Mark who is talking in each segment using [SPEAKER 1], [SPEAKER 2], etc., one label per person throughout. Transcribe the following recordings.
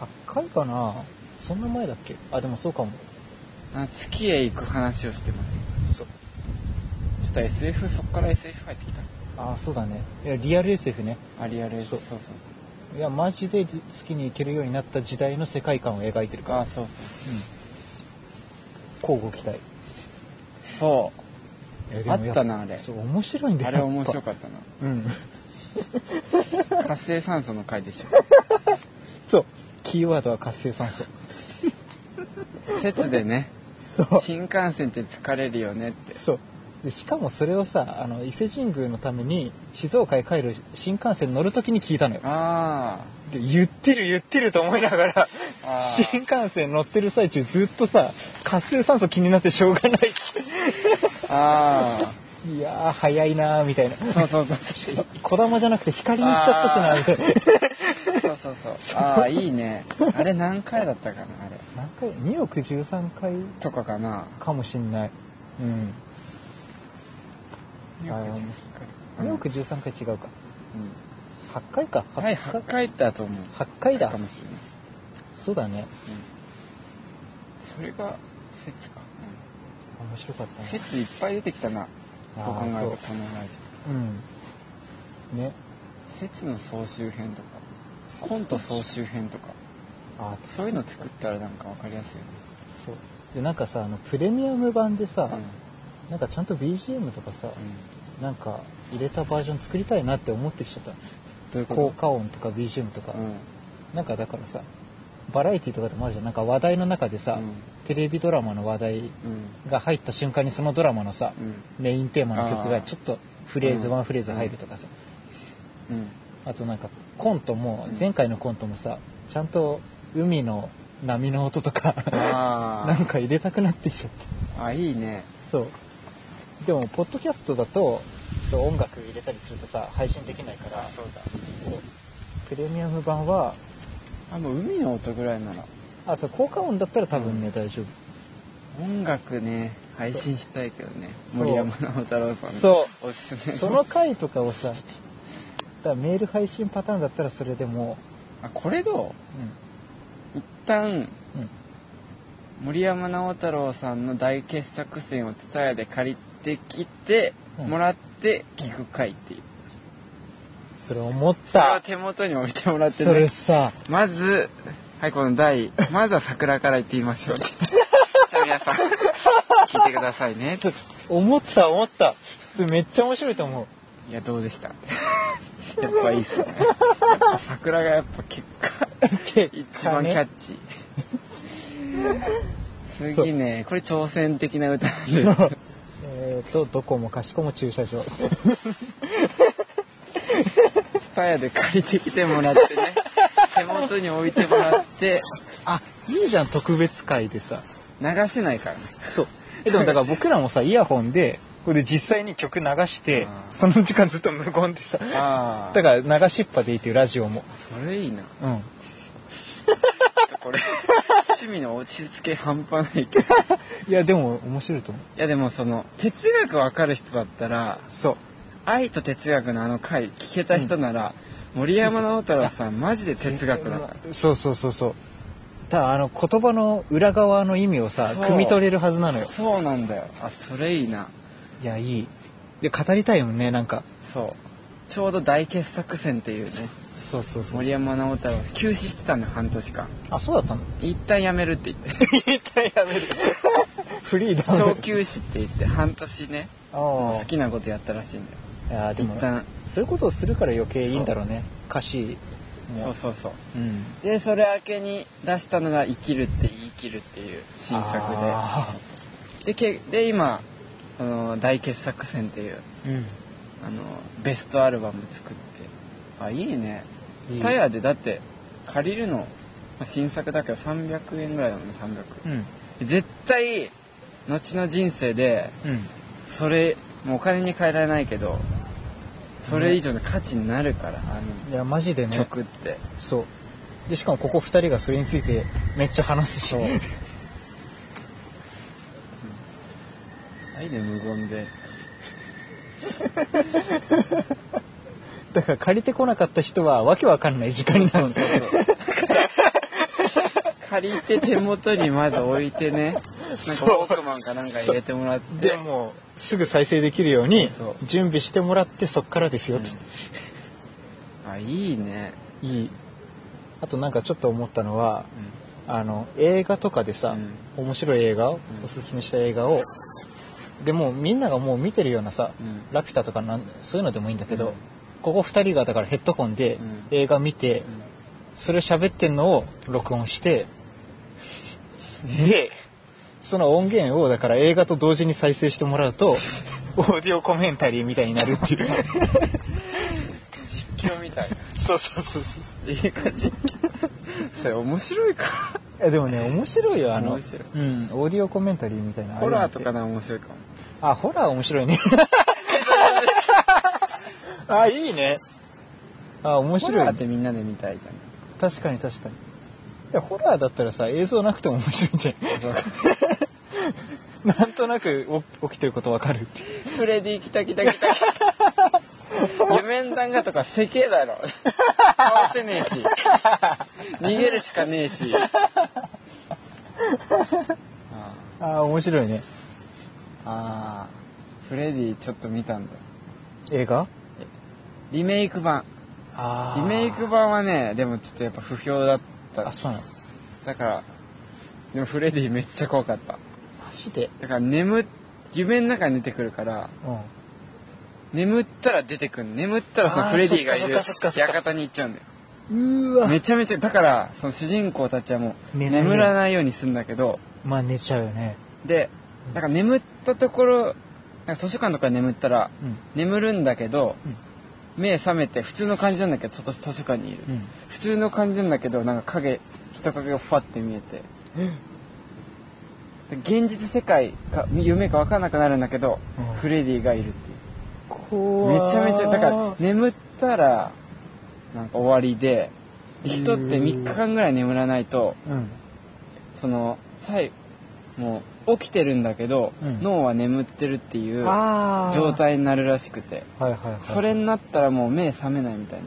[SPEAKER 1] 8回かなそんな前だっけあ、でもそうかも。
[SPEAKER 2] あ月へ行く話をしてます。
[SPEAKER 1] そう。
[SPEAKER 2] ちょっと SF、そっから SF 入ってきた。
[SPEAKER 1] あ、そうだね。いや、リアル SF ね。
[SPEAKER 2] あリアル SF。
[SPEAKER 1] そ
[SPEAKER 2] そううそうそう。
[SPEAKER 1] いや、マジで月に行けるようになった時代の世界観を描いてるから。
[SPEAKER 2] あそうそう。
[SPEAKER 1] うん。交互期待。
[SPEAKER 2] そ
[SPEAKER 1] いや
[SPEAKER 2] う。あった。な、
[SPEAKER 1] でもや
[SPEAKER 2] あれ
[SPEAKER 1] ぱ。そう、面白いんだよ
[SPEAKER 2] あれ面白
[SPEAKER 1] っ
[SPEAKER 2] かったな。
[SPEAKER 1] た。うん。
[SPEAKER 2] 活性酸素の回でしょ。
[SPEAKER 1] そう。キーワードは活性酸素。
[SPEAKER 2] 説でね、
[SPEAKER 1] そう。
[SPEAKER 2] 新幹線って疲れるよねって。
[SPEAKER 1] そうでしかもそれをさあの伊勢神宮のために静岡へ帰る新幹線乗るときに聞いたのよ
[SPEAKER 2] あ
[SPEAKER 1] で言ってる言ってると思いながら
[SPEAKER 2] あー
[SPEAKER 1] 新幹線乗ってる最中ずっとさ活性酸素気になってしょうが ない
[SPEAKER 2] あ。あ
[SPEAKER 1] いやー早いなーみたいな
[SPEAKER 2] あ。そうそうそうそう。
[SPEAKER 1] 小玉じゃなくて光にしちゃったしな
[SPEAKER 2] あ
[SPEAKER 1] みたい
[SPEAKER 2] ー
[SPEAKER 1] な
[SPEAKER 2] そうそうそう。ああ、いいね。あれ何回だったかな、あれ。
[SPEAKER 1] 何回2億13回
[SPEAKER 2] とかかな。
[SPEAKER 1] かもしんないうん
[SPEAKER 2] 2億13回。
[SPEAKER 1] 2億13回違うか
[SPEAKER 2] う
[SPEAKER 1] 8回か
[SPEAKER 2] ん。第8回だと思う。
[SPEAKER 1] 8回だ
[SPEAKER 2] かもしれない。
[SPEAKER 1] そうだね
[SPEAKER 2] うん。それが説か。
[SPEAKER 1] 面白かっ
[SPEAKER 2] う
[SPEAKER 1] た
[SPEAKER 2] ん。
[SPEAKER 1] ね
[SPEAKER 2] 説いっぱい出てきたな。そう考え
[SPEAKER 1] あー
[SPEAKER 2] る
[SPEAKER 1] そう
[SPEAKER 2] とこのラジ
[SPEAKER 1] うん。ね。
[SPEAKER 2] オ。説の総集編とか、コント総集編とか、
[SPEAKER 1] あ、
[SPEAKER 2] そういうの作ったらなんかわかりやすいよね。
[SPEAKER 1] そう。で、なんかさ、あの、プレミアム版でさ、
[SPEAKER 2] うん。うん
[SPEAKER 1] なんかちゃんと BGM とかさ、なんか入れたバージョン作りたいなって思ってきちゃっ
[SPEAKER 2] どういう
[SPEAKER 1] た。
[SPEAKER 2] こ
[SPEAKER 1] 効
[SPEAKER 2] と
[SPEAKER 1] 果音とか BGM とか。
[SPEAKER 2] うん。
[SPEAKER 1] なんかだからさ、バラエティとかでもあるじゃん。なんか話題の中でさ、
[SPEAKER 2] うん
[SPEAKER 1] テレビドラマの話題
[SPEAKER 2] うん。
[SPEAKER 1] が入った瞬間にそのドラマのさ、
[SPEAKER 2] う
[SPEAKER 1] メインテーマの曲
[SPEAKER 2] あ
[SPEAKER 1] が
[SPEAKER 2] ー
[SPEAKER 1] ちょっとフレーズ、
[SPEAKER 2] うん
[SPEAKER 1] ワンフレーズ入るとかさ。
[SPEAKER 2] ん。うん。
[SPEAKER 1] あとなんかコントも
[SPEAKER 2] うん
[SPEAKER 1] 前回のコントもさちゃんと海の波の音とか
[SPEAKER 2] あー
[SPEAKER 1] なんか入れたくなってきちゃって
[SPEAKER 2] あ、いいね。
[SPEAKER 1] そうでもポッドキャストだとそう音楽入れたりするとさ配信できないから
[SPEAKER 2] うだ。
[SPEAKER 1] そうプレミアム版は
[SPEAKER 2] あ、もう海の音ぐらいなら。
[SPEAKER 1] あそう効果音だったら多分ね、大丈夫
[SPEAKER 2] 音楽ね、配信したいけどね。
[SPEAKER 1] そう
[SPEAKER 2] 森山直太朗さんの
[SPEAKER 1] そ
[SPEAKER 2] おすすめ。
[SPEAKER 1] その回とかをさだからメール配信パターンだったらそれでも
[SPEAKER 2] あ、これど
[SPEAKER 1] う
[SPEAKER 2] う一旦、
[SPEAKER 1] うんうん
[SPEAKER 2] 森山直太朗さんの大傑作選を伝えで借りてきて、
[SPEAKER 1] うん
[SPEAKER 2] もらって聞く回っていう。
[SPEAKER 1] それ思っ
[SPEAKER 2] それは
[SPEAKER 1] た
[SPEAKER 2] 手元に置いてもらって
[SPEAKER 1] それ
[SPEAKER 2] ね。
[SPEAKER 1] さ
[SPEAKER 2] まず、はい、この第、まずは桜から行ってみ ましょう。じゃあ皆さん、聞いてくださいね。
[SPEAKER 1] そう思った思ったそれめっちゃ面白いと思う
[SPEAKER 2] いや、どうでしたやっぱいいっすね。やっぱ桜がやっぱ結果、
[SPEAKER 1] 結果ね
[SPEAKER 2] 一番キャッ チー。次ね、これ挑戦的な歌なんです。
[SPEAKER 1] そうえーと、どこもかしこも駐車場。
[SPEAKER 2] スタヤで借りてきても らってね、手元に置いてもらって、
[SPEAKER 1] あ、いいじゃん、特別会でさ。
[SPEAKER 2] 流せないからね。
[SPEAKER 1] そう。え、でもだから僕らもさ、イヤホンで、これで実際に曲流して
[SPEAKER 2] あ、ー
[SPEAKER 1] その時間ずっと無言でさ、
[SPEAKER 2] あー
[SPEAKER 1] だから流しっぱでいいっていうラジオも。
[SPEAKER 2] それいいな。ち
[SPEAKER 1] うん。
[SPEAKER 2] ょっとこ れ、趣味の落ち着け半端ないけど。い
[SPEAKER 1] いや、でも面白いと思う。
[SPEAKER 2] やでもその、哲学わかる人だったら、
[SPEAKER 1] そう。
[SPEAKER 2] 愛と哲学のあの回聞けた人なら、森山直太朗さんマジで哲学だから。
[SPEAKER 1] そうそうそうそう。ただ、あの、言葉の裏側の意味をさ、
[SPEAKER 2] そう
[SPEAKER 1] 汲み取れるはずなのよ。
[SPEAKER 2] そうなんだよ。あ、それいいな。
[SPEAKER 1] いや、いい。で、語りたいよね、なんか。
[SPEAKER 2] そう。ちょうど大傑作戦っていうね、
[SPEAKER 1] そうそうそうそう。
[SPEAKER 2] 森山直太朗、休止してたの半年間。
[SPEAKER 1] あ、そうだったの
[SPEAKER 2] 一旦やめるって言って。
[SPEAKER 1] 一旦やめる。 フリーだ
[SPEAKER 2] 小休止って言って半年ね
[SPEAKER 1] あ
[SPEAKER 2] 好きなことやったらしいんだよ
[SPEAKER 1] あ。いやーでも
[SPEAKER 2] 一旦
[SPEAKER 1] そういうことをするから余計いいんだろうね。歌詞も。
[SPEAKER 2] そうそうそう
[SPEAKER 1] うん。
[SPEAKER 2] でそれ明けに出したのが「生きるって言い切る」っていう新作
[SPEAKER 1] あ
[SPEAKER 2] ででけで今あの大傑作選っていう
[SPEAKER 1] うん。
[SPEAKER 2] あのベストアルバム作ってあいいね
[SPEAKER 1] いい
[SPEAKER 2] タヤでだって借りるの、まあ新作だけど300円ぐらいだもんね300
[SPEAKER 1] うん。
[SPEAKER 2] 絶対後の人生で
[SPEAKER 1] うん。
[SPEAKER 2] それもうお金に換えられないけどそれ以上の価値になるから、
[SPEAKER 1] いや、マジで
[SPEAKER 2] あの
[SPEAKER 1] ね。
[SPEAKER 2] 曲って
[SPEAKER 1] そう。で、しかもここ二人がそれについてめっちゃ話すし
[SPEAKER 2] そう。愛で無言で
[SPEAKER 1] だから借りてこなかった人はわけわかんない時間にな
[SPEAKER 2] そ
[SPEAKER 1] る
[SPEAKER 2] うそうそう借りて手元にまず置いてね、なんかウォークマンかなんか入れてもらって。
[SPEAKER 1] でもすぐ再生できるように
[SPEAKER 2] そうそう
[SPEAKER 1] 準備してもらってそっからですよっつって、
[SPEAKER 2] あ、いいね。
[SPEAKER 1] いいあとなんかちょっと思ったのは
[SPEAKER 2] うん
[SPEAKER 1] あの映画とかでさ、
[SPEAKER 2] うん
[SPEAKER 1] 面白い映画を、
[SPEAKER 2] うん
[SPEAKER 1] おすすめした映画をでもうみんながもう見てるようなさ、
[SPEAKER 2] うん
[SPEAKER 1] ラピュタとかなんそういうのでもいいんだけど、
[SPEAKER 2] うん
[SPEAKER 1] ここ2人がだからヘッドホンで
[SPEAKER 2] うん
[SPEAKER 1] 映画見て、
[SPEAKER 2] うん
[SPEAKER 1] それ喋ってんのを録音して、で、その音源をだから映画と同時に再生してもらう と、オーディオコメンタリーみたいになるっていう。
[SPEAKER 2] 実況みたいな。
[SPEAKER 1] そうそうそうそう。
[SPEAKER 2] 映画実況。それ面白いか。
[SPEAKER 1] えでもね、面白いよ、あの、
[SPEAKER 2] 面白い
[SPEAKER 1] うん、オーディオコメンタリーみたいな。
[SPEAKER 2] ホラーとか
[SPEAKER 1] な。
[SPEAKER 2] なら面白いかも。
[SPEAKER 1] あ、ホラー面白いね。 あ、いいね。あ、面白
[SPEAKER 2] ホ
[SPEAKER 1] い、
[SPEAKER 2] ラーってみんなで見たいじゃん。
[SPEAKER 1] 確かに確かにいやホラーだったらさ映像なくても面白いんじゃん なんとなくお起きてることわかるっていう
[SPEAKER 2] フレディ来た来た来た来た。夢んだんがとかせけえだろ。かわせねえし。逃げるしかねえし。あ
[SPEAKER 1] ああ面白いね
[SPEAKER 2] あー、フレディちょっと見たんだよ。
[SPEAKER 1] 映画
[SPEAKER 2] リメイク版。
[SPEAKER 1] あ
[SPEAKER 2] リメイク版はね、でもちょっとやっぱ不評だった
[SPEAKER 1] あ。そうなの
[SPEAKER 2] だから、でもフレディめっちゃ怖かった。
[SPEAKER 1] マジで
[SPEAKER 2] だから眠、夢の中に出てくるから、
[SPEAKER 1] うん
[SPEAKER 2] 眠ったら出てくん眠ったらその
[SPEAKER 1] あー
[SPEAKER 2] フレディがい
[SPEAKER 1] そっ
[SPEAKER 2] る
[SPEAKER 1] かそっかそっか
[SPEAKER 2] 館に行っちゃうんだよ。
[SPEAKER 1] うーわ
[SPEAKER 2] めちゃめちゃ、だから、その主人公たちはもう、
[SPEAKER 1] 寝ないよ
[SPEAKER 2] 眠らないようにするんだけど、
[SPEAKER 1] まあ寝ちゃうよね
[SPEAKER 2] で、なんか眠ったところ、なんか図書館とか眠ったら、
[SPEAKER 1] うん
[SPEAKER 2] 眠るんだけど、目覚めて、普通の感じなんだけど、ちょっと図書館にいる。
[SPEAKER 1] うん、うん
[SPEAKER 2] 普通の感じなんだけど、なんか影、人影がふわって見えて、で現実世界か、夢か分かんなくなるんだけど、
[SPEAKER 1] うん
[SPEAKER 2] フレディがいるっていう。
[SPEAKER 1] 怖
[SPEAKER 2] め
[SPEAKER 1] ー
[SPEAKER 2] ちゃめちゃ、だから、眠ったら、なんか終わりで、人って3日間ぐらい眠らないと、
[SPEAKER 1] うん
[SPEAKER 2] その、最もう、起きてるんだけど、
[SPEAKER 1] うん
[SPEAKER 2] 脳は眠ってるっていう
[SPEAKER 1] あー
[SPEAKER 2] 状態になるらしくて、
[SPEAKER 1] はいはいはい
[SPEAKER 2] それになったらもう目覚めないみたいな。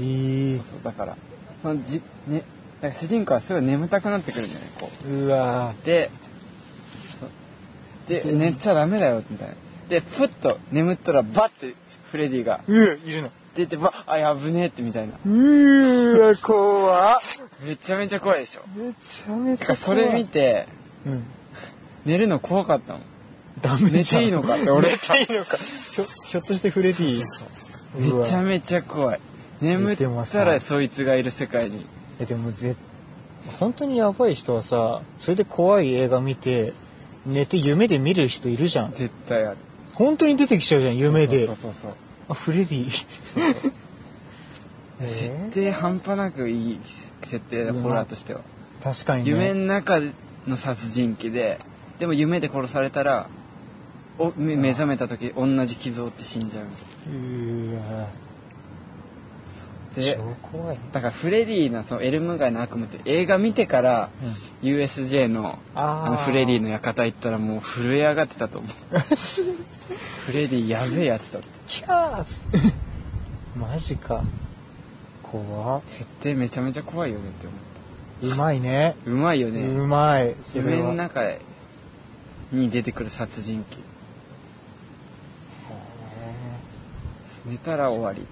[SPEAKER 1] え
[SPEAKER 2] そ
[SPEAKER 1] ー
[SPEAKER 2] う、そう、だから、そのじ、ね、だから主人公はすごい眠たくなってくるんだよね、こう。
[SPEAKER 1] うわ
[SPEAKER 2] で、そうで、
[SPEAKER 1] 全然
[SPEAKER 2] 寝ちゃダメだよ、みたいな。で、ふっと眠ったら、バッて、フレディが
[SPEAKER 1] ーうーいるの
[SPEAKER 2] 出て、ば、あ、やぶねえってみたいな。
[SPEAKER 1] うーわ怖っ
[SPEAKER 2] めちゃめちゃ怖いでしょ。
[SPEAKER 1] めちゃめ
[SPEAKER 2] て
[SPEAKER 1] ち
[SPEAKER 2] か、
[SPEAKER 1] ゃ怖い
[SPEAKER 2] それ見て、
[SPEAKER 1] うん
[SPEAKER 2] 寝るの怖かったもん。
[SPEAKER 1] ダメじゃん
[SPEAKER 2] 寝ていいのかって俺
[SPEAKER 1] 寝ていいのかひょひょっとしてフレディうわ
[SPEAKER 2] めちゃめちゃ怖い。眠っ
[SPEAKER 1] でも
[SPEAKER 2] た
[SPEAKER 1] さ
[SPEAKER 2] らそいつがいる世界に。
[SPEAKER 1] えでもぜ本当にやばい人はさそれで怖い映画見て寝て夢で見る人いるじゃん
[SPEAKER 2] 絶対ある。
[SPEAKER 1] 本当に出てきちゃうじゃん夢で
[SPEAKER 2] そうそうそう
[SPEAKER 1] あフレデ ィ
[SPEAKER 2] そう。
[SPEAKER 1] えー
[SPEAKER 2] 設定半端なくいい設定だ、
[SPEAKER 1] うまい
[SPEAKER 2] ホラーとしては。
[SPEAKER 1] 確かにね
[SPEAKER 2] 夢の中の殺人鬼で、でも夢で殺されたら、おめ目覚めた時同じ傷を負って死んじゃうみたいう
[SPEAKER 1] わ
[SPEAKER 2] な。で
[SPEAKER 1] 超、怖い、
[SPEAKER 2] だからフレディのそのエルム街の悪夢って映画見てから
[SPEAKER 1] うん
[SPEAKER 2] USJ の
[SPEAKER 1] あー
[SPEAKER 2] あのフレディの館行ったらもう震え上がってたと 思うフレディやべえやつだって
[SPEAKER 1] キャー スマジか怖っ
[SPEAKER 2] 設定めちゃめちゃ怖いよねって思っ
[SPEAKER 1] うまいね
[SPEAKER 2] たうまいよね
[SPEAKER 1] うまいそれは
[SPEAKER 2] 夢の中に出てくる殺人鬼寝たら終わりみ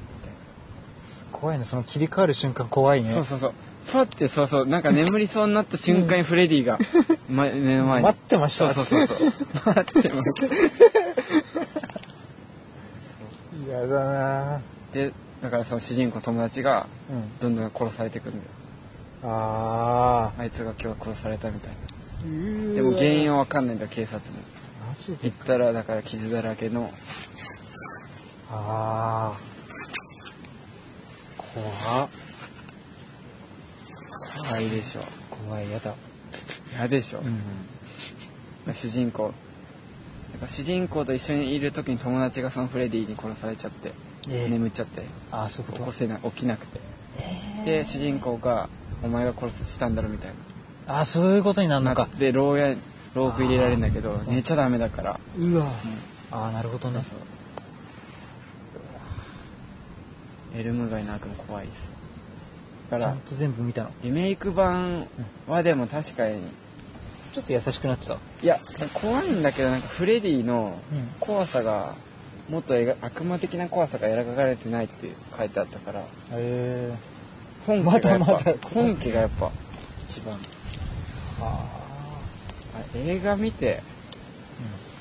[SPEAKER 1] 怖いねその切り替わる瞬間怖い
[SPEAKER 2] たいな、
[SPEAKER 1] ね
[SPEAKER 2] そうそうそうファってそうそうなんか眠りそうになった瞬間にフレディ が、ま、目の前に
[SPEAKER 1] 待ってました
[SPEAKER 2] そうそうそうそ う待ってました
[SPEAKER 1] 嫌だな
[SPEAKER 2] でだからその主人公友達が
[SPEAKER 1] うん
[SPEAKER 2] どんどん殺されていくんだよ
[SPEAKER 1] あ
[SPEAKER 2] あいつが今日殺されたみたい
[SPEAKER 1] あ
[SPEAKER 2] なでも原因は分かんないんだよ警察も
[SPEAKER 1] マジで
[SPEAKER 2] 行ったらだから傷だらけの
[SPEAKER 1] ああ怖っ
[SPEAKER 2] 怖いでしょ
[SPEAKER 1] 怖いやだ
[SPEAKER 2] 嫌でしょ、
[SPEAKER 1] うん
[SPEAKER 2] 主人公だから主人公と一緒にいる時に友達がそのフレディに殺されちゃって、
[SPEAKER 1] ええ
[SPEAKER 2] 眠っちゃって
[SPEAKER 1] ああそういう
[SPEAKER 2] 起
[SPEAKER 1] こ
[SPEAKER 2] ことせない起きなくて
[SPEAKER 1] え
[SPEAKER 2] で主人公が「お前が殺したんだろ」みたい
[SPEAKER 1] ああそういうことにな
[SPEAKER 2] な
[SPEAKER 1] るのか
[SPEAKER 2] で牢屋牢獄入れられるんだけど
[SPEAKER 1] あー
[SPEAKER 2] 寝ちゃダメだから、
[SPEAKER 1] うわ
[SPEAKER 2] うん
[SPEAKER 1] ああなるほどね
[SPEAKER 2] そうエルム街の悪夢怖いですか
[SPEAKER 1] ちゃ
[SPEAKER 2] ら
[SPEAKER 1] んと全部見たの
[SPEAKER 2] リメイク版はでも確かに
[SPEAKER 1] ちょっと優しくなってた
[SPEAKER 2] いや怖いんだけどなんかフレディの
[SPEAKER 1] うん
[SPEAKER 2] 怖さがもっと描悪魔的な怖さが描かれてないって書いてあったから
[SPEAKER 1] へえ
[SPEAKER 2] 本家がやっぱ
[SPEAKER 1] まだまだ
[SPEAKER 2] 本家がやっぱ
[SPEAKER 1] 一番は
[SPEAKER 2] あ映画見て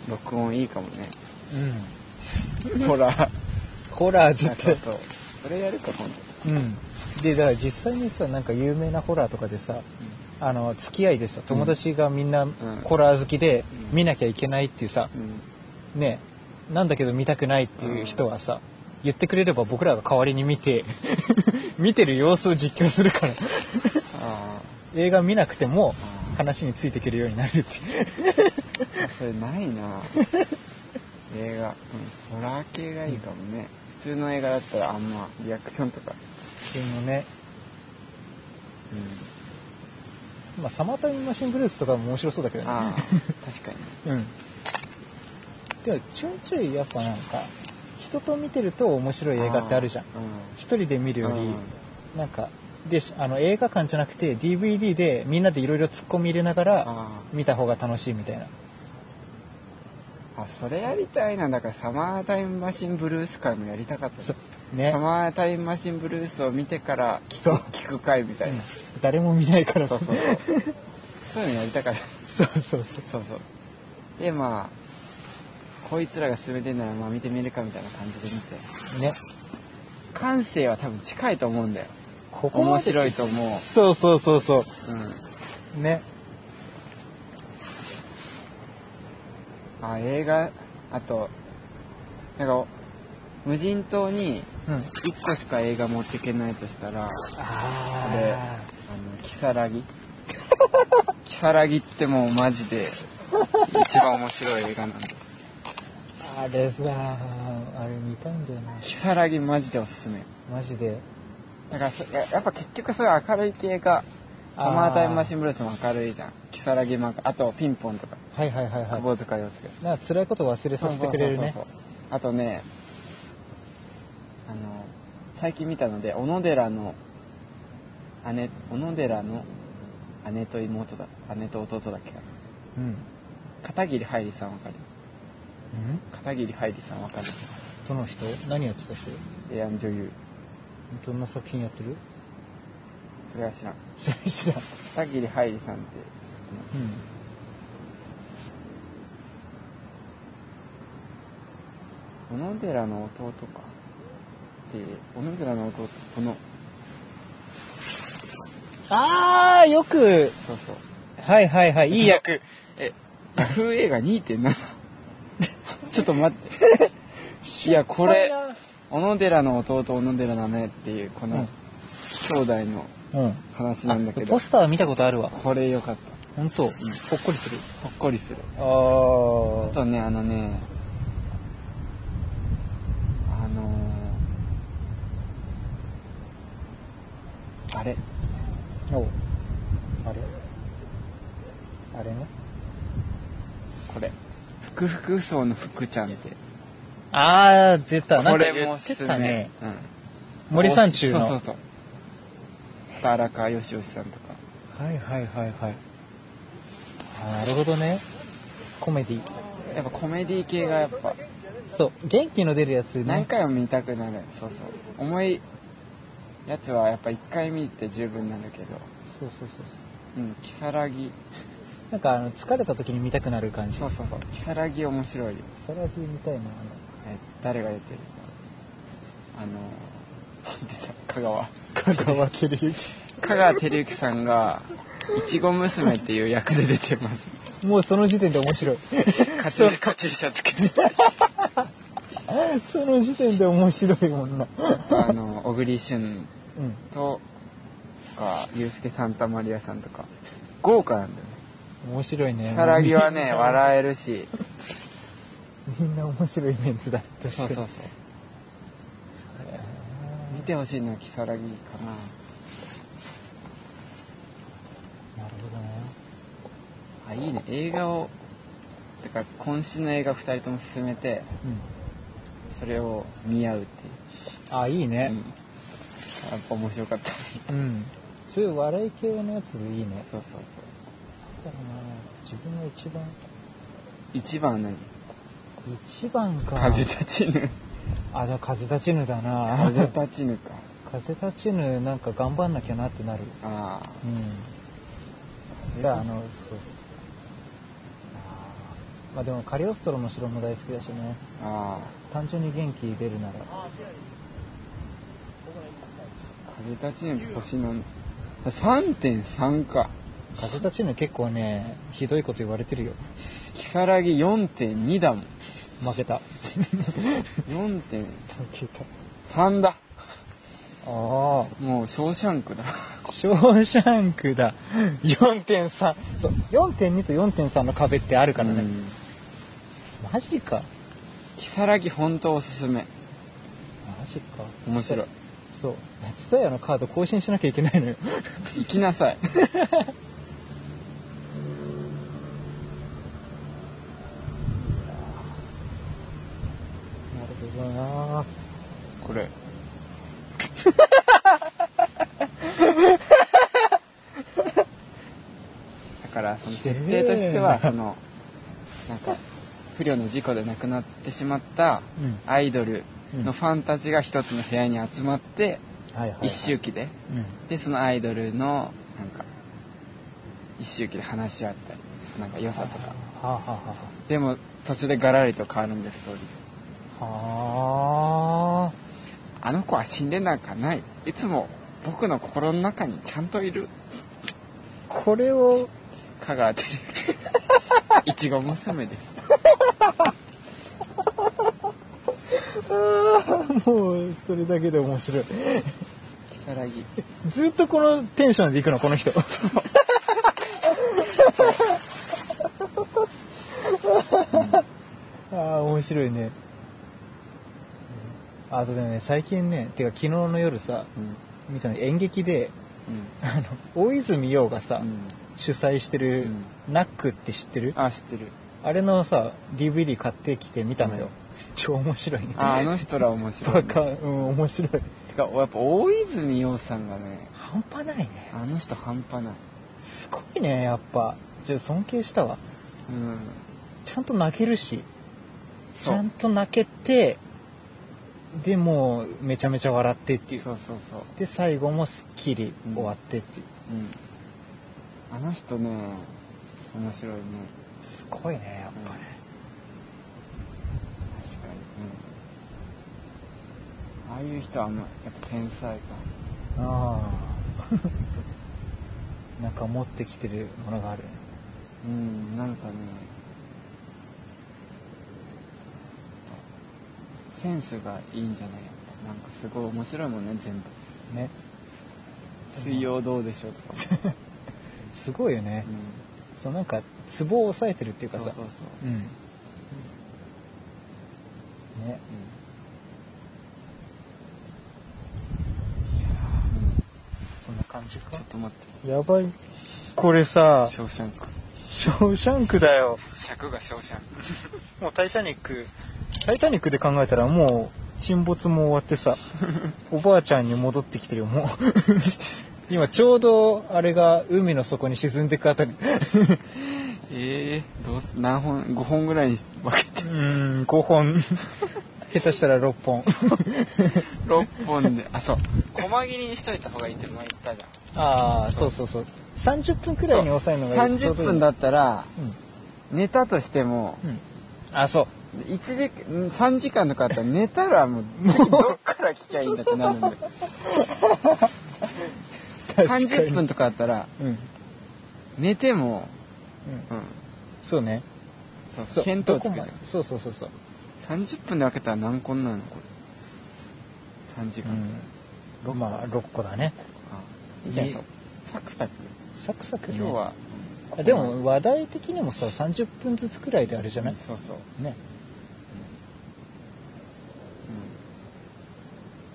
[SPEAKER 2] 録音いいかもね
[SPEAKER 1] あうん
[SPEAKER 2] ほら
[SPEAKER 1] ホラー
[SPEAKER 2] そう
[SPEAKER 1] 絶
[SPEAKER 2] そ
[SPEAKER 1] 対
[SPEAKER 2] うそうそれやるか今度
[SPEAKER 1] うんでだから実際にさなんか有名なホラーとかでさあの付き合いでさ友達がみんなホラー好きで
[SPEAKER 2] うん
[SPEAKER 1] 見なきゃいけないっていうさ
[SPEAKER 2] うん
[SPEAKER 1] ねなんだけど見たくないっていう人はさ言ってくれれば僕らが代わりに見 て見てる様子を実況するから
[SPEAKER 2] あ
[SPEAKER 1] 映画見なくても
[SPEAKER 2] うん
[SPEAKER 1] 話についていけるようになるって
[SPEAKER 2] あそれないな映画、うん、ホラー系がいいかもね普通の映画だったらあんまリアクションとか
[SPEAKER 1] それもね
[SPEAKER 2] う
[SPEAKER 1] まあサマータイムマシンブルースとかも面白そうだけど
[SPEAKER 2] ん
[SPEAKER 1] ね
[SPEAKER 2] ああ確か に
[SPEAKER 1] うん。でもちょいちょいやっぱなんか、人と見てると面白い映画ってあるじゃん。
[SPEAKER 2] う
[SPEAKER 1] 一人で見るよ
[SPEAKER 2] うん
[SPEAKER 1] り、なんか、で、しあの映画館じゃなくて DVD でみんなでいろいろ突っ込み入れながら
[SPEAKER 2] あ
[SPEAKER 1] 見た方が楽しいみたいな。
[SPEAKER 2] ああそれやりたいなだからサマータイムマシンブルース会もやりたかった
[SPEAKER 1] そ
[SPEAKER 2] サ
[SPEAKER 1] うね。
[SPEAKER 2] マータイムマシンブルースを見てから
[SPEAKER 1] そう
[SPEAKER 2] 聞く聞く会みたいな
[SPEAKER 1] うん誰も見ないから
[SPEAKER 2] そうそうそう
[SPEAKER 1] そ
[SPEAKER 2] そういうのやりたかっ
[SPEAKER 1] う
[SPEAKER 2] た
[SPEAKER 1] そうそう。
[SPEAKER 2] そうそうでまあこいつらが進めてんならまあ見てみるかみたいな感じで見て
[SPEAKER 1] ね。
[SPEAKER 2] 感性は多分近いと思うんだよ
[SPEAKER 1] ここまで
[SPEAKER 2] 面白いと思う
[SPEAKER 1] そうそうそうそ
[SPEAKER 2] うん
[SPEAKER 1] う。ね。
[SPEAKER 2] あ映画あとなんかお無人島に
[SPEAKER 1] うん。
[SPEAKER 2] 1個しか映画持ってけないとしたらこれあ
[SPEAKER 1] あ
[SPEAKER 2] の「キサラ ギ」「キサラギ」ってもうマジで一番面白い映画なんだ
[SPEAKER 1] あ。あれさ、あれ見たいんだよな。
[SPEAKER 2] 「キサラギ」マジでおすすめ
[SPEAKER 1] マジで。
[SPEAKER 2] だからそややっぱ結局そういう明るい系が
[SPEAKER 1] あー
[SPEAKER 2] サマータイムマシンブルースも明るいじゃん「キサラギ」も明るいあと「ピンポン」とか
[SPEAKER 1] はいはいはいはい。
[SPEAKER 2] 久保塚洋介
[SPEAKER 1] なんか辛いこと忘れさせてくれるね
[SPEAKER 2] そうそうそうそうあとねあの最近見たので小野寺の姉小野寺の姉と妹だ姉と弟だっけかな
[SPEAKER 1] うん
[SPEAKER 2] 片桐はいりさんわかる
[SPEAKER 1] ん
[SPEAKER 2] 片桐はいりさんわかる
[SPEAKER 1] どの人何やってた人
[SPEAKER 2] え女優
[SPEAKER 1] どんな作品やってる
[SPEAKER 2] それは知らん
[SPEAKER 1] 知らん
[SPEAKER 2] 片桐はいりさんって小野寺の弟かで小野寺の弟この
[SPEAKER 1] ああよく
[SPEAKER 2] そうそう
[SPEAKER 1] はいはいはいいい役
[SPEAKER 2] えヤフー映画2.7 ちょっと 待っていやこれ小野寺の弟小野寺だねっていうこ
[SPEAKER 1] うん
[SPEAKER 2] の兄弟の
[SPEAKER 1] うん
[SPEAKER 2] 話なんだけど、
[SPEAKER 1] ポスター見たことあるわ
[SPEAKER 2] これよかった
[SPEAKER 1] 本当、ほっこりする
[SPEAKER 2] ほっこりする
[SPEAKER 1] あ
[SPEAKER 2] あ
[SPEAKER 1] ー
[SPEAKER 2] とねあのねあのーあれ
[SPEAKER 1] おあれあれね
[SPEAKER 2] これふくふく層の福ちゃんって
[SPEAKER 1] ああ出たな
[SPEAKER 2] こ
[SPEAKER 1] んか
[SPEAKER 2] れ
[SPEAKER 1] 言
[SPEAKER 2] もお
[SPEAKER 1] っ
[SPEAKER 2] す
[SPEAKER 1] て
[SPEAKER 2] す
[SPEAKER 1] た
[SPEAKER 2] め
[SPEAKER 1] ね、
[SPEAKER 2] うん、
[SPEAKER 1] 森三中の
[SPEAKER 2] そうそうそうあと荒川よしよしさんとか
[SPEAKER 1] はいはいはいはいあなるほどねコメディ
[SPEAKER 2] やっぱコメディ系がやっぱ
[SPEAKER 1] そう元気の出るやつね
[SPEAKER 2] 何回も見たくなるそうそう重いやつはやっぱ1回見て十分になるけど
[SPEAKER 1] そうそうそうそ
[SPEAKER 2] うんキサラギ
[SPEAKER 1] うなんかあの疲れた時に見たくなる感じ
[SPEAKER 2] そうそうそうキサラギ面白いよ
[SPEAKER 1] それは見たい な
[SPEAKER 2] え誰が出てるあの 出た香川
[SPEAKER 1] 香川照之
[SPEAKER 2] 香川照之さんがいちご娘っていう役で出てます
[SPEAKER 1] もうその時点で面 白い
[SPEAKER 2] カチ
[SPEAKER 1] そ
[SPEAKER 2] ュカチューシャつけて
[SPEAKER 1] その時点で面白いもんな
[SPEAKER 2] あの小栗旬
[SPEAKER 1] うん
[SPEAKER 2] とかユースケ・サンタマリアさんとか豪華なんだよね
[SPEAKER 1] 面白いね
[SPEAKER 2] キサラギは ね笑えるし
[SPEAKER 1] みんな面白いメンツだ確か
[SPEAKER 2] そう
[SPEAKER 1] に
[SPEAKER 2] そうそう 見てほしいのはキサラギかな
[SPEAKER 1] なるほどね
[SPEAKER 2] あいいね映画をてか今週の映画2人とも進めて
[SPEAKER 1] うん
[SPEAKER 2] それを見合うっていう
[SPEAKER 1] あいいね、
[SPEAKER 2] うんやっぱ面白かった
[SPEAKER 1] う
[SPEAKER 2] そうそうん
[SPEAKER 1] そういう笑い系のやつでいいね
[SPEAKER 2] そう
[SPEAKER 1] だからな自分が一番
[SPEAKER 2] 一番は
[SPEAKER 1] 一番か
[SPEAKER 2] 何風立ちぬ
[SPEAKER 1] あでも風立ちぬだな
[SPEAKER 2] 風立ちぬか
[SPEAKER 1] 風立ちぬなんか頑張んなきゃなってなる
[SPEAKER 2] ああ
[SPEAKER 1] うんだあのそうそうあーまあでもカリオストロの城も大好きだしね
[SPEAKER 2] あ
[SPEAKER 1] 単純に元気出るなら
[SPEAKER 2] あ風立ちぬ星の3.3か
[SPEAKER 1] 風立ちぬ結構ねひどいこと言われてるよ
[SPEAKER 2] 如月4.2だもん
[SPEAKER 1] 負けた負
[SPEAKER 2] 4.3
[SPEAKER 1] けた
[SPEAKER 2] だ
[SPEAKER 1] ああ
[SPEAKER 2] もうショーシャンクだ
[SPEAKER 1] ショーシャンクだ4.3そう4.2と4.3の壁ってあるからね、
[SPEAKER 2] うん
[SPEAKER 1] マジか
[SPEAKER 2] 如月本当おすすめ
[SPEAKER 1] マジか
[SPEAKER 2] 面白い
[SPEAKER 1] そう蔦屋のカード更新しなきゃいけないのよ
[SPEAKER 2] 行きなさい
[SPEAKER 1] なるほどな
[SPEAKER 2] これ だからその設定としては
[SPEAKER 1] すげえな
[SPEAKER 2] そのなんか不慮の事故で亡くなってしまった
[SPEAKER 1] うん
[SPEAKER 2] アイドル
[SPEAKER 1] うん
[SPEAKER 2] のファンたちが一つの部屋に集まって
[SPEAKER 1] はいはい、はい、
[SPEAKER 2] 一周期で
[SPEAKER 1] うん
[SPEAKER 2] でそのアイドルのなんか一周期で話し合ったりなんか良さとか
[SPEAKER 1] はあ、は
[SPEAKER 2] でも途中でガラリと変わるんですストーリー
[SPEAKER 1] あはあ、はあ
[SPEAKER 2] あの子は死んでなんかないいつも僕の心の中にちゃんといる
[SPEAKER 1] これを
[SPEAKER 2] 香川照 之いちご娘です
[SPEAKER 1] もうそれだけで面白い
[SPEAKER 2] 如月
[SPEAKER 1] ずっとこのテンションでいくのこの 人ああ面白いねあとでもね最近ねてか昨日の夜さ
[SPEAKER 2] うん
[SPEAKER 1] 見たの演劇であの大泉洋がさ、
[SPEAKER 2] うん、うん、
[SPEAKER 1] 主催してる、ナックって知ってるあ
[SPEAKER 2] あ知ってる
[SPEAKER 1] れのさ DVD 買ってきて見たのよ、
[SPEAKER 2] うん
[SPEAKER 1] 超面白いね
[SPEAKER 2] ああの人ら面白い、ね、
[SPEAKER 1] バカうん面白い
[SPEAKER 2] てかやっぱ大泉洋さんがね
[SPEAKER 1] 半端ないね
[SPEAKER 2] あの人半端ない
[SPEAKER 1] すごいねやっぱちょっと尊敬したわ
[SPEAKER 2] うん
[SPEAKER 1] ちゃんと泣けるしち
[SPEAKER 2] そう
[SPEAKER 1] ゃんと泣けてでもうめちゃめちゃ笑ってっていう
[SPEAKER 2] そうそうそう
[SPEAKER 1] で最後もすっきり
[SPEAKER 2] うん
[SPEAKER 1] 終わってっていう、
[SPEAKER 2] うんあの人ね面白いね
[SPEAKER 1] すごいねやっぱね、
[SPEAKER 2] 確かに、うん、ああいう人はあのやっぱ天才か
[SPEAKER 1] ああ なんか持ってきてるものがあるね
[SPEAKER 2] うんなんかねセンスがいいんじゃないやっぱなんかすごい面白いもんね全部
[SPEAKER 1] ね
[SPEAKER 2] 「水曜どうでしょう」とかも、
[SPEAKER 1] すごいよね、
[SPEAKER 2] うん、
[SPEAKER 1] そうなんかツボを押さえてるっていうかさ
[SPEAKER 2] そうそうそう、
[SPEAKER 1] うんね
[SPEAKER 2] うんうん
[SPEAKER 1] そんな感じか
[SPEAKER 2] ちょっと待って
[SPEAKER 1] やばいこれさ
[SPEAKER 2] ショーシャンク
[SPEAKER 1] ショーシャンクだよ
[SPEAKER 2] 尺がショーシャンク
[SPEAKER 1] もう「タイタニック」「タイタニック」で考えたらもう沈没も終わって さおばあちゃんに戻ってきてるよ もう今ちょうどあれが海の底に沈んでくあたりう
[SPEAKER 2] ええどうす何本5本ぐらいに分けて
[SPEAKER 1] ーん5本下手したら6本
[SPEAKER 2] 6本であそう細切りにしといた方がいいって前言ったじゃん
[SPEAKER 1] ああそうそうそう30分くらいに抑えるのがいい
[SPEAKER 2] 30分だったら
[SPEAKER 1] うん
[SPEAKER 2] 寝たとしても
[SPEAKER 1] うんあそう
[SPEAKER 2] 1時3時間とかあったら寝たらもうどっから来ちゃいいんだってなるんで
[SPEAKER 1] 確かに
[SPEAKER 2] 30分とかあったら
[SPEAKER 1] うん、うん、
[SPEAKER 2] 寝てもうん
[SPEAKER 1] そうね
[SPEAKER 2] そう
[SPEAKER 1] そう
[SPEAKER 2] 見当つく
[SPEAKER 1] ど
[SPEAKER 2] じゃ
[SPEAKER 1] こ
[SPEAKER 2] ん
[SPEAKER 1] までそうそうそうそう、
[SPEAKER 2] 30分で分けたら何個になるのこれ3時間、
[SPEAKER 1] うん、まあ6個だね
[SPEAKER 2] あいいじゃん
[SPEAKER 1] いい
[SPEAKER 2] そうサクサク
[SPEAKER 1] サクサク、
[SPEAKER 2] 今
[SPEAKER 1] ね、
[SPEAKER 2] 日は、
[SPEAKER 1] あでも話題的にもさ30分ずつくらいであれじゃない、
[SPEAKER 2] そうそう、
[SPEAKER 1] ね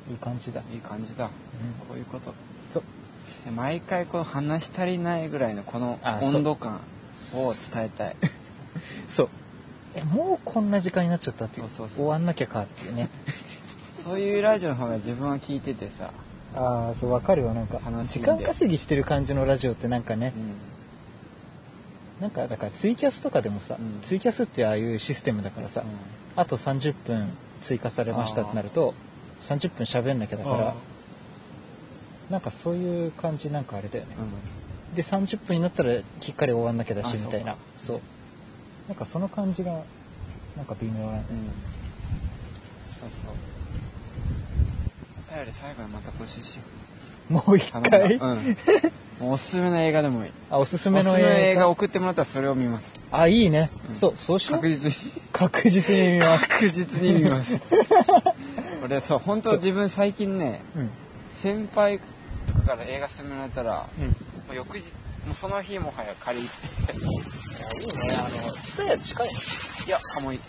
[SPEAKER 2] う
[SPEAKER 1] いい感じだ、
[SPEAKER 2] ん、いい感じだ
[SPEAKER 1] うん、
[SPEAKER 2] こういうこと
[SPEAKER 1] そう
[SPEAKER 2] で毎回こう話し足りないぐらいのこの
[SPEAKER 1] あそう
[SPEAKER 2] 温度感を伝えた い
[SPEAKER 1] そうえもうこんな時間になっちゃったっていう
[SPEAKER 2] そうそうそう
[SPEAKER 1] 終わんなきゃかっていうね、
[SPEAKER 2] そういうラジオの方が自分は聞いててさ
[SPEAKER 1] ああそうわかるよなんか
[SPEAKER 2] 楽しい
[SPEAKER 1] 時
[SPEAKER 2] んだよ
[SPEAKER 1] 間稼ぎしてる感じのラジオってなんか
[SPEAKER 2] う
[SPEAKER 1] ね、
[SPEAKER 2] ん
[SPEAKER 1] なんかだからツイキャスとかでもさ、
[SPEAKER 2] うん
[SPEAKER 1] ツイキャスってああいうシステムだからさ、
[SPEAKER 2] う
[SPEAKER 1] あと30分追加されましたってなると30分喋んなきゃだか
[SPEAKER 2] あ
[SPEAKER 1] らなんかそういう感じなんかあれだよね
[SPEAKER 2] ん、うん
[SPEAKER 1] で30分になったらきっかり終わんなきゃだし
[SPEAKER 2] あ
[SPEAKER 1] みたいなそうなんかその感じがなんか微妙な、
[SPEAKER 2] うんそうそうお便り最後にまた募集しよ
[SPEAKER 1] もう
[SPEAKER 2] う
[SPEAKER 1] 一回、
[SPEAKER 2] 頼んだうん、もうおすすめの映画でもいい
[SPEAKER 1] あおすすめの
[SPEAKER 2] おすすめの
[SPEAKER 1] 映
[SPEAKER 2] 映
[SPEAKER 1] 画
[SPEAKER 2] 画送ってもらったらそれを見ます
[SPEAKER 1] あいいね、
[SPEAKER 2] うん
[SPEAKER 1] そうそうしよう
[SPEAKER 2] 確実に
[SPEAKER 1] 確実に見ます
[SPEAKER 2] 確実に見ます 俺そう本
[SPEAKER 1] そ
[SPEAKER 2] 当
[SPEAKER 1] う
[SPEAKER 2] 自分最近ね
[SPEAKER 1] うん
[SPEAKER 2] 先輩とかから映画勧められたら
[SPEAKER 1] うん
[SPEAKER 2] もう翌日もうその日もはや借り
[SPEAKER 1] い
[SPEAKER 2] て
[SPEAKER 1] いねあの蔦屋近い
[SPEAKER 2] いやかもい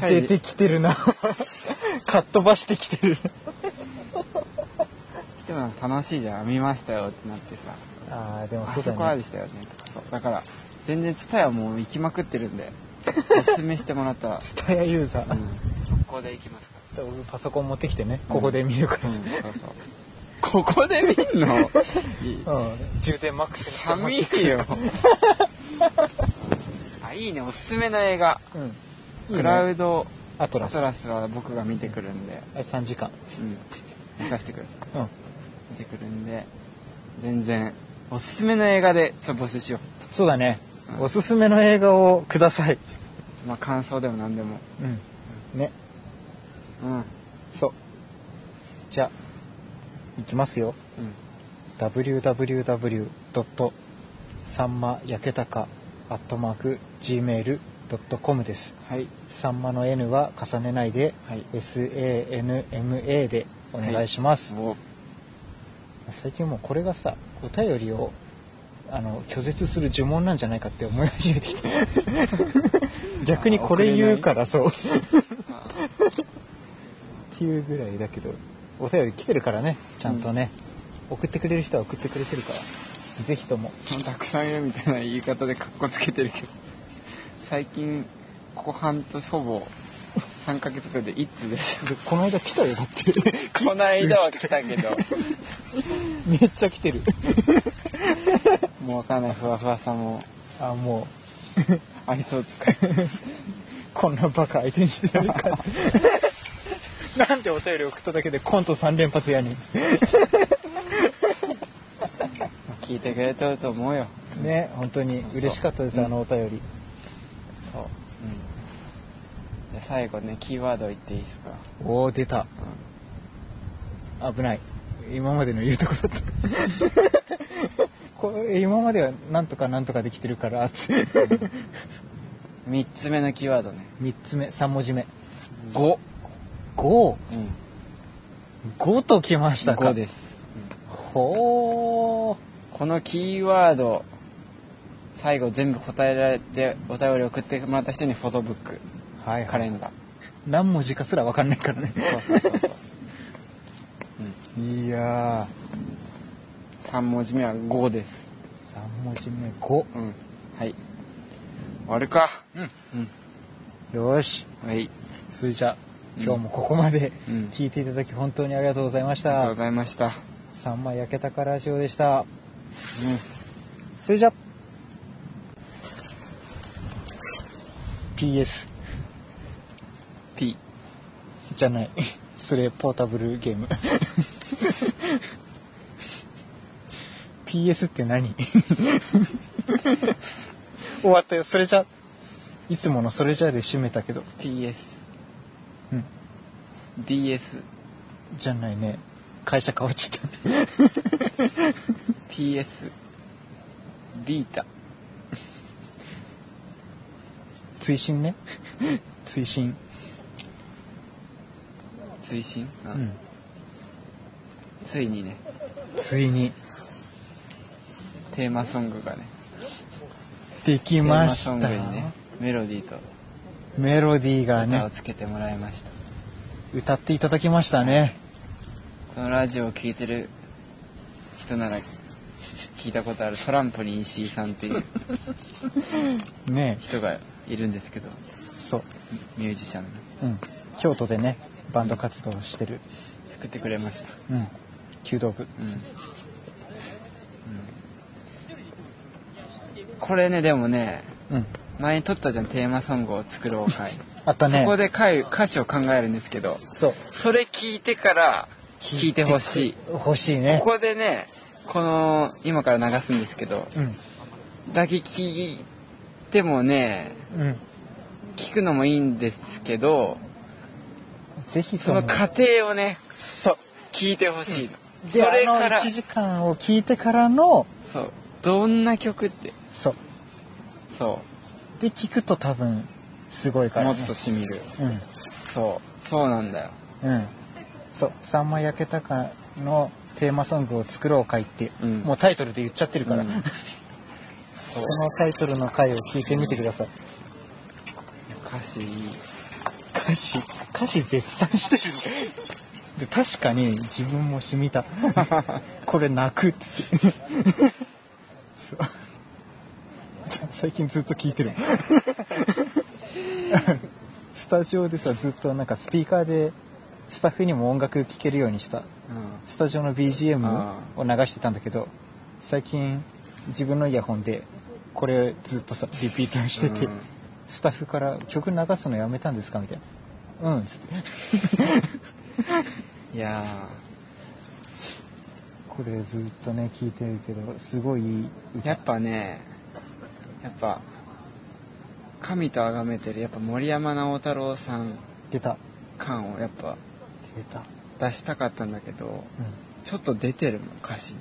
[SPEAKER 1] 出てきてる なかっ飛ばしてきてる
[SPEAKER 2] でも楽しいじゃん見ましたよってなってさ
[SPEAKER 1] ああでも
[SPEAKER 2] あ
[SPEAKER 1] そ
[SPEAKER 2] そう
[SPEAKER 1] だ
[SPEAKER 2] こあ
[SPEAKER 1] ね
[SPEAKER 2] でしたよねとかそうだから全然蔦屋もう行きまくってるん でおすすめしてもらったら、
[SPEAKER 1] ツタヤユーザー、
[SPEAKER 2] うん、速攻で行きますか、
[SPEAKER 1] で僕パソコン持ってきてねここで見るから
[SPEAKER 2] うん、
[SPEAKER 1] ら
[SPEAKER 2] そうそうここで見 んのいい
[SPEAKER 1] うん、充電マックスにして持
[SPEAKER 2] 寒
[SPEAKER 1] っ
[SPEAKER 2] い
[SPEAKER 1] てくる
[SPEAKER 2] よ あいいねおすすめの映画
[SPEAKER 1] うんいいね
[SPEAKER 2] クラウド
[SPEAKER 1] アトラス
[SPEAKER 2] アトラスは僕が見てくるんで、
[SPEAKER 1] あれ3時間
[SPEAKER 2] うん、行かせてください
[SPEAKER 1] うん
[SPEAKER 2] 見てくるんで全然おすすめの映画でちょっと募集しよ
[SPEAKER 1] そうだね、
[SPEAKER 2] うん
[SPEAKER 1] おすすめの映画をください、
[SPEAKER 2] うまあ感想でも何でも
[SPEAKER 1] うん、ね
[SPEAKER 2] うんうん
[SPEAKER 1] そうじゃあいきますよ www. さんまやけたか gmail.com です
[SPEAKER 2] はい
[SPEAKER 1] さんまの N は重ねないで
[SPEAKER 2] はい
[SPEAKER 1] SANMA でお願いします、
[SPEAKER 2] も
[SPEAKER 1] 最近もうこれがさお便りをあの拒絶する呪文なんじゃないかって思い始めてき た逆にこれ言うからそうっていうぐらいだけどお便り来てるからねちゃんとね、送ってくれる人は送ってくれてるからぜひとも
[SPEAKER 2] うたくさんいるみたいな言い方でカッコつけてるけど最近ここ半年ほぼ3ヶ月くらいで1通でし
[SPEAKER 1] でこの間来たよだって
[SPEAKER 2] ょこの間は来たけど
[SPEAKER 1] めっちゃ来てる
[SPEAKER 2] もうわかんないふわふわさも
[SPEAKER 1] あも
[SPEAKER 2] ありそうつか
[SPEAKER 1] う こんなバカ相手にしてやるかなんでお便り送っただけでコント3連発やねん
[SPEAKER 2] 聞いてくれてると思うよ
[SPEAKER 1] ね本当に嬉しかったです
[SPEAKER 2] そう
[SPEAKER 1] あのお便り、
[SPEAKER 2] そう、うん、で最後ねキーワード言っていいですか、
[SPEAKER 1] おお出た
[SPEAKER 2] う
[SPEAKER 1] 危ない今までの言うとこだったこれ今まではなんとかなんとかできてるから3
[SPEAKER 2] ん、3つ目のキーワードね
[SPEAKER 1] つ目3文字目
[SPEAKER 2] 5
[SPEAKER 1] 55
[SPEAKER 2] うん
[SPEAKER 1] ときましたか
[SPEAKER 2] 5です、
[SPEAKER 1] ほ
[SPEAKER 2] うんこのキーワード最後全部答えられてお便り送ってもらった人にフォトブック、
[SPEAKER 1] ーはい、
[SPEAKER 2] カレ
[SPEAKER 1] はい、
[SPEAKER 2] ンダ
[SPEAKER 1] 何文字かすら分かんないからね
[SPEAKER 2] ーそう そうそうそう、うん、
[SPEAKER 1] いや
[SPEAKER 2] 3文字目は5です
[SPEAKER 1] ー3文字目5
[SPEAKER 2] うんはい終わるか
[SPEAKER 1] うん
[SPEAKER 2] うん
[SPEAKER 1] よーし
[SPEAKER 2] はい
[SPEAKER 1] それじゃあ
[SPEAKER 2] うん
[SPEAKER 1] 今日もここまで
[SPEAKER 2] うん
[SPEAKER 1] 聞いていただき本当にありがとうございまし
[SPEAKER 2] ありがとう
[SPEAKER 1] た、
[SPEAKER 2] ございました、
[SPEAKER 1] さんま焼けたかラジオでした
[SPEAKER 2] うん
[SPEAKER 1] それじゃ PS
[SPEAKER 2] P
[SPEAKER 1] じゃない それポータブルゲーム PS って何 終わったよそれじゃいつものそれじゃで締めたけど
[SPEAKER 2] PS
[SPEAKER 1] うん
[SPEAKER 2] DS
[SPEAKER 1] じゃないね会社変わっちゃった
[SPEAKER 2] PS ビータ
[SPEAKER 1] 追伸ね追伸
[SPEAKER 2] 追伸、
[SPEAKER 1] う
[SPEAKER 2] う
[SPEAKER 1] んん
[SPEAKER 2] ついにね
[SPEAKER 1] ついに
[SPEAKER 2] テーマソングがね
[SPEAKER 1] できまし
[SPEAKER 2] テ
[SPEAKER 1] た、
[SPEAKER 2] ーマソングにねメロディーと
[SPEAKER 1] メロディーが
[SPEAKER 2] 歌を
[SPEAKER 1] ね
[SPEAKER 2] つけてもらいました、
[SPEAKER 1] 歌っていただきましたね
[SPEAKER 2] このラジオを聴いてる人なら聞いたことあるトランポリン石井さんっていう
[SPEAKER 1] ね
[SPEAKER 2] 人がいるんですけど
[SPEAKER 1] そう
[SPEAKER 2] ミュージシャンの
[SPEAKER 1] うん京都でねバンド活動をしてる、
[SPEAKER 2] 作ってくれました
[SPEAKER 1] うん、弓道部、
[SPEAKER 2] うん、うんこれねでもね
[SPEAKER 1] うん
[SPEAKER 2] 前に撮ったじゃんテーマソングを作ろう会
[SPEAKER 1] あった
[SPEAKER 2] そ
[SPEAKER 1] ね
[SPEAKER 2] こで回歌詞を考えるんですけど
[SPEAKER 1] そう
[SPEAKER 2] それ聞いてから聞いてほしい
[SPEAKER 1] 欲しいね
[SPEAKER 2] ここでねこの今から流すんですけど
[SPEAKER 1] うん
[SPEAKER 2] だけ聞いてもね
[SPEAKER 1] うん
[SPEAKER 2] 聞くのもいいんですけど
[SPEAKER 1] ぜひ
[SPEAKER 2] そ
[SPEAKER 1] とも
[SPEAKER 2] の過程をね
[SPEAKER 1] そう
[SPEAKER 2] 聞いてほしいの、
[SPEAKER 1] で
[SPEAKER 2] それ
[SPEAKER 1] あの
[SPEAKER 2] から
[SPEAKER 1] 1時間を聞いてからの
[SPEAKER 2] そうどんな曲って
[SPEAKER 1] そう
[SPEAKER 2] そ
[SPEAKER 1] で聞くと多分すごいか
[SPEAKER 2] う
[SPEAKER 1] ら、
[SPEAKER 2] も
[SPEAKER 1] ね、
[SPEAKER 2] っとしみる
[SPEAKER 1] うん
[SPEAKER 2] そうそうなんだよ
[SPEAKER 1] うんそう「さんま焼けたか」のテーマソングを作ろう会って、
[SPEAKER 2] うん
[SPEAKER 1] もうタイトルで言っちゃってるから、
[SPEAKER 2] うん
[SPEAKER 1] そのタイトルの回を聞いてみてください
[SPEAKER 2] 歌詞いい
[SPEAKER 1] 歌詞歌詞絶賛してるで確かに自分もしみたこれ泣くっつって そう最近ずっと聞いてるスタジオでさずっとなんかスピーカーでスタッフにも音楽聴けるようにした
[SPEAKER 2] うん
[SPEAKER 1] スタジオの BGM を流してたんだけど最近自分のイヤホンでこれずっとさリピートしてて、
[SPEAKER 2] うん
[SPEAKER 1] スタッフから「曲流すのやめたんですか?」みたいな「うん」っつって
[SPEAKER 2] いや
[SPEAKER 1] これずっとね聞いてるけどすごいいい
[SPEAKER 2] ーやっぱねやっぱ神と崇めてるやっぱ森山直太朗さん
[SPEAKER 1] 出た
[SPEAKER 2] 感をやっぱ
[SPEAKER 1] 出た、
[SPEAKER 2] 出したかったんだけど
[SPEAKER 1] うん、
[SPEAKER 2] ちょっと出てるもん歌詞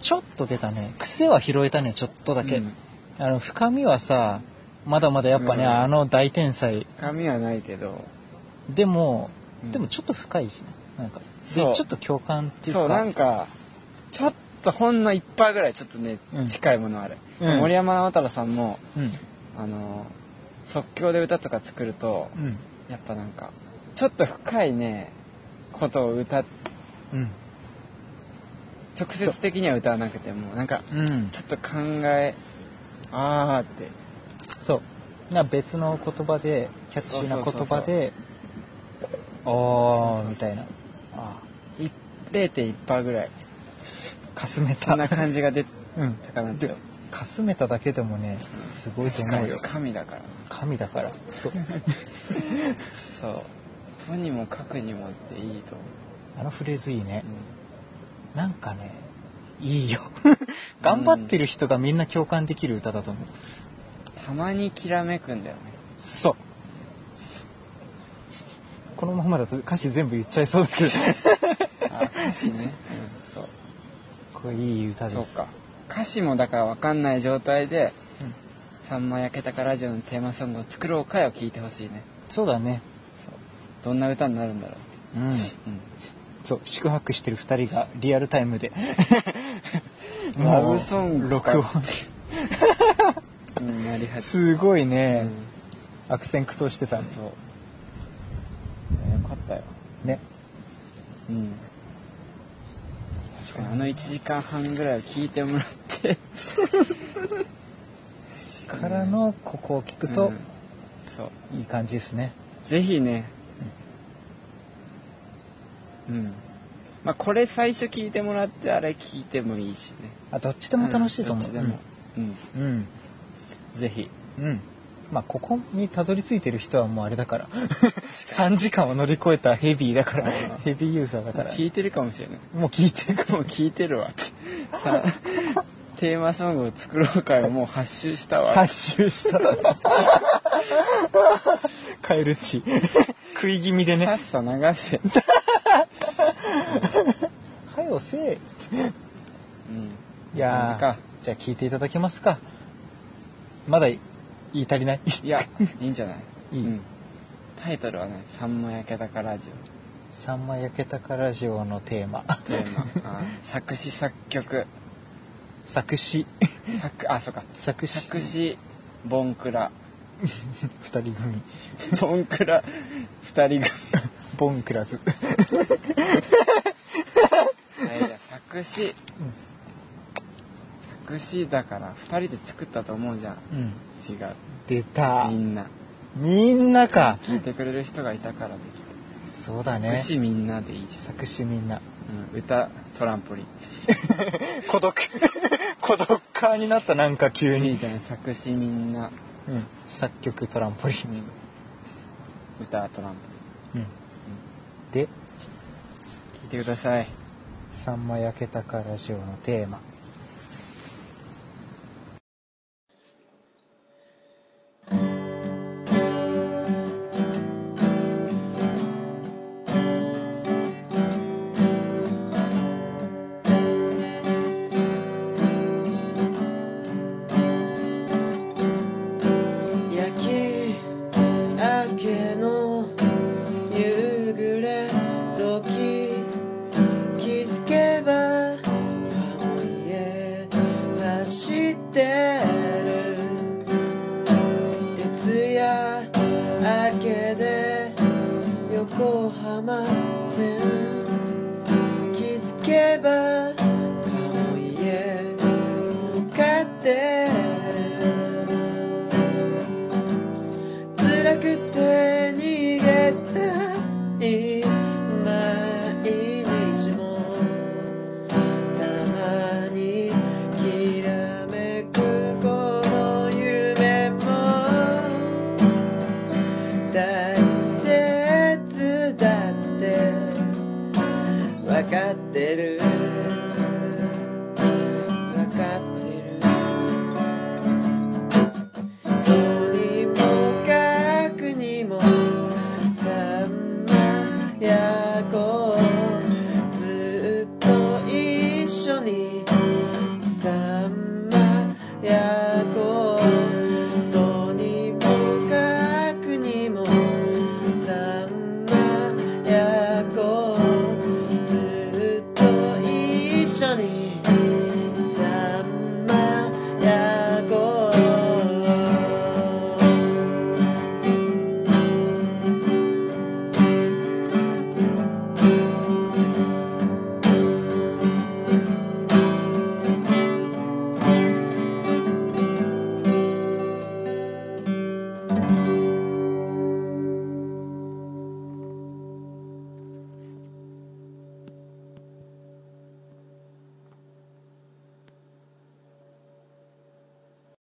[SPEAKER 1] ちょっと出たね癖は拾えたねちょっとだけ、
[SPEAKER 2] うん
[SPEAKER 1] あの深みはさまだまだやっぱね、
[SPEAKER 2] うん
[SPEAKER 1] あの大天才
[SPEAKER 2] 髪はないけど、
[SPEAKER 1] でも、
[SPEAKER 2] うん
[SPEAKER 1] でもちょっと深いしねなんか
[SPEAKER 2] そ
[SPEAKER 1] で
[SPEAKER 2] う
[SPEAKER 1] ちょっと共感っていうか
[SPEAKER 2] そうなんかちょっとほんの一杯ぐらいちょっとね、
[SPEAKER 1] うん
[SPEAKER 2] 近いものある、
[SPEAKER 1] うん
[SPEAKER 2] 森山直太朗さんも
[SPEAKER 1] うん
[SPEAKER 2] あの即興で歌とか作ると
[SPEAKER 1] うん
[SPEAKER 2] やっぱなんかちょっと深いねことを歌っ
[SPEAKER 1] うん
[SPEAKER 2] 直接的には歌わなくてもなんか
[SPEAKER 1] うん
[SPEAKER 2] ちょっと考えあーって
[SPEAKER 1] そうな別の言葉でキャッチーな言葉で「
[SPEAKER 2] そうそうそう
[SPEAKER 1] あ
[SPEAKER 2] そ
[SPEAKER 1] ー」
[SPEAKER 2] う
[SPEAKER 1] みたいなあ
[SPEAKER 2] い0.1%ぐらい
[SPEAKER 1] ーかすめた
[SPEAKER 2] そんな感じが出
[SPEAKER 1] うん
[SPEAKER 2] たかなって
[SPEAKER 1] でかすめただけでもねすごいと思うよ
[SPEAKER 2] 神だから
[SPEAKER 1] 神だから そう
[SPEAKER 2] そうとにもかくにもっていいと思
[SPEAKER 1] あのフレーズいいね
[SPEAKER 2] う、
[SPEAKER 1] なんかねいい よ頑張ってる人がみんな共感できる歌だと思う
[SPEAKER 2] うんたまにきらめくんだよね
[SPEAKER 1] そうこのままだと歌詞全部言っちゃいそうだ けど
[SPEAKER 2] あ歌詞ね、うん、そう
[SPEAKER 1] これいい歌
[SPEAKER 2] そ
[SPEAKER 1] で
[SPEAKER 2] う
[SPEAKER 1] す
[SPEAKER 2] か歌詞もだから分かんない状態で
[SPEAKER 1] うん
[SPEAKER 2] 「さんま焼けたかラジオ」のテーマソングを作ろうかを聞いてほしいね
[SPEAKER 1] そうだね
[SPEAKER 2] どんな歌になるんだろう、
[SPEAKER 1] うんそう宿泊してる2人がリアルタイム で
[SPEAKER 2] ラブソングか
[SPEAKER 1] 録音
[SPEAKER 2] うん、うん、なり始
[SPEAKER 1] すごい
[SPEAKER 2] め
[SPEAKER 1] ね、悪戦苦闘してた
[SPEAKER 2] うん、
[SPEAKER 1] ね
[SPEAKER 2] そういやよかったよ
[SPEAKER 1] ね
[SPEAKER 2] うん確かにあの1時間半ぐらいを聞いてもらって
[SPEAKER 1] からのここを聞く
[SPEAKER 2] う
[SPEAKER 1] と
[SPEAKER 2] んそう
[SPEAKER 1] いい感じですね
[SPEAKER 2] ぜひねうんまあこれ最初聞いてもらってあれ聞いてもいいしね
[SPEAKER 1] あどっちでも楽しいと思う、
[SPEAKER 2] んどっちでもうん、
[SPEAKER 1] うん
[SPEAKER 2] ぜひ
[SPEAKER 1] うん、うんまあここにたどり着いてる人はもうあれだから3時間を乗り越えたヘビーだから
[SPEAKER 2] あー
[SPEAKER 1] ヘビーユーザーだから
[SPEAKER 2] 聞いてるかもしれない
[SPEAKER 1] もう聞いてるか
[SPEAKER 2] もう聞いてるわってさ テーマソングを作ろう会をもう発集した
[SPEAKER 1] ら
[SPEAKER 2] わ
[SPEAKER 1] 発臭したカエルチ食い気味でね
[SPEAKER 2] さっさ 流せ、
[SPEAKER 1] はよせい
[SPEAKER 2] うん、
[SPEAKER 1] やー
[SPEAKER 2] 感
[SPEAKER 1] じゃあ聞いていただけますかまだ言い足りない
[SPEAKER 2] じかいやいいんじゃない
[SPEAKER 1] いい
[SPEAKER 2] うん、タイトルはね「さんま焼けたかラジオ
[SPEAKER 1] さんま焼けたかラジオのテーマ」
[SPEAKER 2] テーマあー作詞作曲
[SPEAKER 1] 作詞
[SPEAKER 2] 作あそうか
[SPEAKER 1] 作詞
[SPEAKER 2] 作詞ボンクラ
[SPEAKER 1] 二人組
[SPEAKER 2] ボンクラ二 人組
[SPEAKER 1] ボンクラズ、
[SPEAKER 2] あいや作詞作詞だから二人で作ったと思うじゃん
[SPEAKER 1] うん、
[SPEAKER 2] 違う
[SPEAKER 1] 出た
[SPEAKER 2] みんな
[SPEAKER 1] みんなか
[SPEAKER 2] 聞いてくれる人がいたからでき
[SPEAKER 1] そうだね
[SPEAKER 2] 作詞みんなでいいしさ、
[SPEAKER 1] 作詞みんな
[SPEAKER 2] うん、歌トランポリン
[SPEAKER 1] 孤独 孤独家になったなんか急
[SPEAKER 2] み
[SPEAKER 1] に、
[SPEAKER 2] たいな作詞みんな、
[SPEAKER 1] うん、作曲トランポリン、
[SPEAKER 2] うん、歌トランポ
[SPEAKER 1] うん、で
[SPEAKER 2] リン聞いてください
[SPEAKER 1] 「さんま焼けたかラジオ」のテーマ
[SPEAKER 3] 焼き明けの夕暮れ時気づけばファミへ走ってる